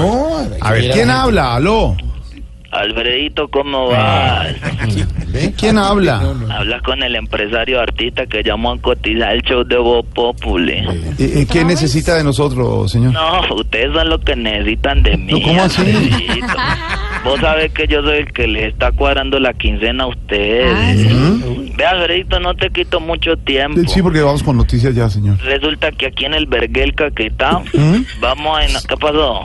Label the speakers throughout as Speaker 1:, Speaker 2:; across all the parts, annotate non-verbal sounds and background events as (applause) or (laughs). Speaker 1: señor. A ver, ¿quién habla? Aló.
Speaker 2: Alfredito, ¿cómo
Speaker 1: Ah.
Speaker 2: vas?
Speaker 1: ¿Ve? ¿Quién habla?
Speaker 2: Hablas con el empresario artista que llamó a cotizar el show de Voz Populi.
Speaker 1: Eh, eh, ¿Qué necesita de nosotros, señor?
Speaker 2: No, ustedes son los que necesitan de mí.
Speaker 1: No, ¿cómo así?
Speaker 2: Alfredito. Vos sabés que yo soy el que le está cuadrando la quincena a ustedes.
Speaker 1: ¿Mm?
Speaker 2: Ve, Alfredito, no te quito mucho tiempo.
Speaker 1: Ah, Sí, porque vamos con noticias ya, señor.
Speaker 2: Resulta que aquí en el Berguel Caquetá,
Speaker 1: ¿Mm?
Speaker 2: vamos a... ¿Qué pasó?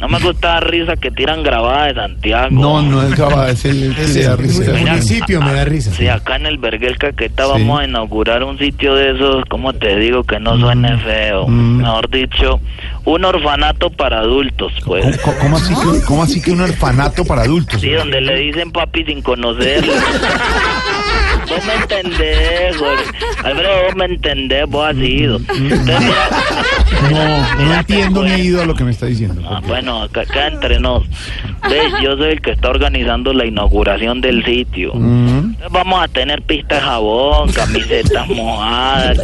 Speaker 2: No me gusta la risa que tiran grabada de Santiago.
Speaker 1: No, no, él acaba de decir (laughs) él tiene la risa. Ah,
Speaker 2: Mira,
Speaker 3: municipio me da
Speaker 2: a-
Speaker 3: risa.
Speaker 2: Sí, acá en el Berguel Caquetá vamos a inaugurar un sitio de esos, como te digo, que no
Speaker 3: Mm.
Speaker 2: suene feo. Mejor dicho, un orfanato para adultos, pues.
Speaker 1: ¿Cómo, cómo- cómo así que, cómo así que un orfanato para adultos?
Speaker 2: Sí, donde le dicen papi sin conocerlo. Vos me entendés, güey. Alfredo, vos me entendés, vos has ido.
Speaker 3: Mm.
Speaker 2: Entonces, mira,
Speaker 1: No, no
Speaker 2: mira,
Speaker 1: entiendo
Speaker 2: te
Speaker 1: ni he
Speaker 2: cuento.
Speaker 1: ido a lo que me está diciendo.
Speaker 2: Ah, bueno, acá, acá entre nos. Ve, yo soy el que está organizando la inauguración del sitio.
Speaker 1: Mm.
Speaker 2: Vamos a tener pistas de jabón, camisetas mojadas.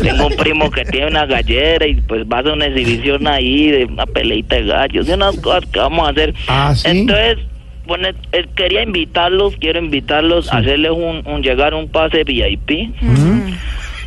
Speaker 2: Tengo un primo que tiene una gallera y pues va a hacer una exhibición ahí de una peleita de gallos, de unas cosas que vamos a hacer.
Speaker 1: Ah, ¿sí?
Speaker 2: Entonces, bueno, eh, quería invitarlos, quiero invitarlos a hacerles un, un- llegar un pase VIP.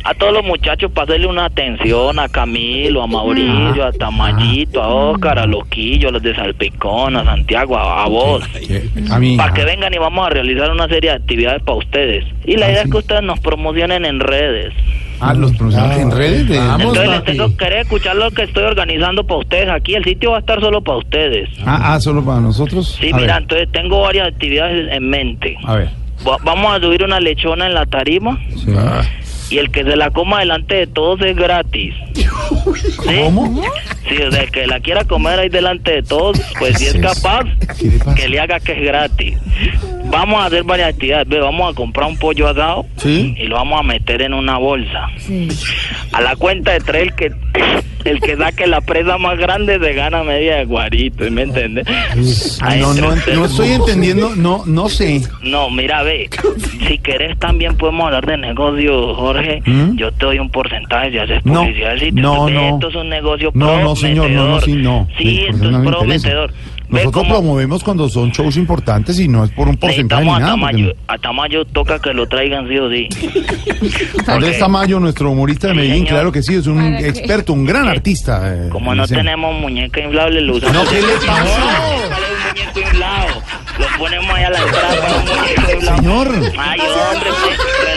Speaker 2: A todos los muchachos para hacerle una atención a Camilo, a Mauricio, a Tamayito, a Óscar, a Loquillo, a los de Salpicón, a Santiago, a, a vos
Speaker 1: ¿Qué? A mí.
Speaker 2: para que vengan y vamos a realizar una serie de actividades para ustedes. Y la idea es que ustedes nos promocionen en redes.
Speaker 1: Ah, los profesionales en redes de.
Speaker 3: Vamos.
Speaker 2: Entonces les
Speaker 3: papi.
Speaker 2: tengo que querer escuchar lo que estoy organizando para ustedes aquí. El sitio va a estar solo para ustedes.
Speaker 1: Ah, ah, solo para nosotros.
Speaker 2: Sí,
Speaker 1: a
Speaker 2: mira,
Speaker 1: Ver,
Speaker 2: entonces tengo varias actividades en mente.
Speaker 1: a ver.
Speaker 2: Va- Vamos a subir una lechona en la tarima
Speaker 1: Sí.
Speaker 2: y el que se la coma delante de todos es gratis. ¿Sí?
Speaker 1: ¿Cómo?
Speaker 2: Sí, o sea, el que la quiera comer ahí delante de todos, pues si es capaz,
Speaker 1: ¿Qué le pasa?
Speaker 2: que le haga que es gratis. Vamos a hacer varias actividades. Ve, Vamos a comprar un pollo asado
Speaker 1: Sí.
Speaker 2: y lo vamos a meter en una bolsa. A la cuenta de tres, el que, el que saque la presa más grande se gana media de guarito, ¿sí ¿me entiendes?
Speaker 1: Ah,
Speaker 2: Ahí
Speaker 1: no, no,
Speaker 2: entre
Speaker 1: no
Speaker 2: ustedes.
Speaker 1: estoy entendiendo, no, no sé.
Speaker 2: No, mira, ve, si querés también podemos hablar de negocio, Jorge.
Speaker 1: ¿Mm?
Speaker 2: Yo te doy un porcentaje si haces
Speaker 1: No,
Speaker 2: publicidad. del sitio.
Speaker 1: no,
Speaker 2: Ve,
Speaker 1: no.
Speaker 2: Esto es un negocio
Speaker 1: No,
Speaker 2: prometedor.
Speaker 1: no, señor, no, no, sí, no.
Speaker 2: Sí,
Speaker 1: Por eso
Speaker 2: esto
Speaker 1: no
Speaker 2: es
Speaker 1: me interesa.
Speaker 2: prometedor. Ve
Speaker 1: Nosotros
Speaker 2: cómo
Speaker 1: promovemos cuando son shows importantes y no es por un porcentaje ni
Speaker 2: necesitamos a
Speaker 1: nada. porque
Speaker 2: Tamayo. A Tamayo toca que lo traigan sí o sí.
Speaker 1: Andrés
Speaker 2: Porque
Speaker 1: Tamayo, nuestro humorista de
Speaker 2: Sí,
Speaker 1: Medellín,
Speaker 2: señor.
Speaker 1: claro que sí, es un
Speaker 4: Para que-
Speaker 1: experto, un gran
Speaker 2: Eh,
Speaker 1: artista. eh,
Speaker 2: Como
Speaker 1: en
Speaker 2: no
Speaker 1: escena.
Speaker 2: tenemos muñeca inflable, lo usamos.
Speaker 1: No, ¿qué le pasa?
Speaker 2: Póngale un muñeco inflado. Lo ponemos ahí a la entrada para un muñeco inflado. (laughs)
Speaker 1: Señor.
Speaker 2: Ay, hombre, pues,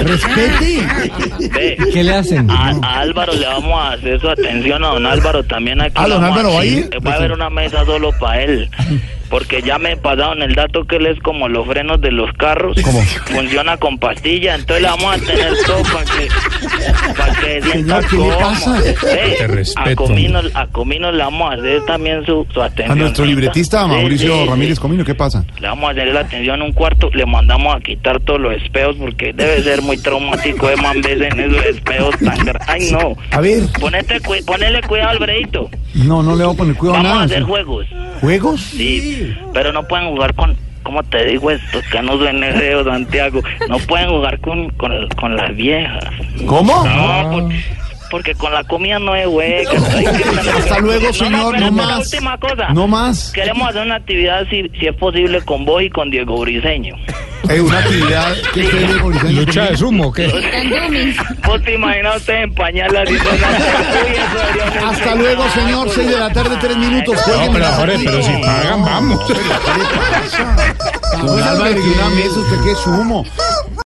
Speaker 1: Respete.
Speaker 2: relájate. Ve,
Speaker 3: ¿Qué le hacen?
Speaker 2: A, a Álvaro le vamos a hacer su atención a don Álvaro también aquí.
Speaker 1: Ah, don
Speaker 2: lo vamos
Speaker 1: Álvaro,
Speaker 2: hacer-
Speaker 1: ahí.
Speaker 2: Va a haber una mesa solo para él. Porque ya me pasaron el dato que él es como los frenos de los carros.
Speaker 1: ¿Cómo?
Speaker 2: Funciona con pastillas, entonces le vamos a tener todo para que, para que sienta
Speaker 1: Señor, ¿qué le
Speaker 2: cómodo.
Speaker 1: pasa?
Speaker 2: Ve,
Speaker 5: Te respeto.
Speaker 2: A Comino, a Comino le vamos a hacer también su, su atención.
Speaker 1: A nuestro libretista, a
Speaker 2: Sí,
Speaker 1: Mauricio
Speaker 2: sí, sí.
Speaker 1: Ramírez Comino, ¿qué pasa?
Speaker 2: Le vamos a hacer la atención a un cuarto, le mandamos a quitar todos los espejos porque debe ser muy traumático de mandes en esos espejos tan grandes. Ay, no.
Speaker 1: A ver,
Speaker 2: Ponete, cu- ponele cuidado al Breito.
Speaker 1: no, no le voy a poner cuidado a
Speaker 2: Vamos a
Speaker 1: nada.
Speaker 2: hacer
Speaker 1: señor.
Speaker 2: juegos.
Speaker 1: ¿Juegos?
Speaker 2: Sí, pero no pueden jugar con, ¿cómo te digo esto? Que no suene feo, Santiago. No pueden jugar con, con, con las viejas.
Speaker 1: ¿Cómo?
Speaker 2: No, por- porque con la comida no es hueca.
Speaker 1: Hasta luego, señor,
Speaker 2: pero
Speaker 1: no
Speaker 2: espera,
Speaker 1: más.
Speaker 2: última cosa.
Speaker 1: No más.
Speaker 2: Queremos hacer una actividad, si, si es posible, con vos y con Diego Briseño.
Speaker 1: Es Eh, una actividad que usted le organiza.
Speaker 5: ¿Lucha de sumo o qué?
Speaker 2: ¿Vos te imaginas ustedes en pañales así con la- Uy, eso haría un
Speaker 1: Hasta luego, señor.
Speaker 2: espectáculo.
Speaker 1: 6 de la tarde, 3 minutos.
Speaker 2: Ay,
Speaker 1: Jueguen
Speaker 5: No, pero
Speaker 1: más
Speaker 5: Jorge,
Speaker 1: aquí.
Speaker 5: pero si pagan, vamos.
Speaker 1: ¿Qué le pasa? Don Álvaro, y una mesa, ¿usted qué sumo?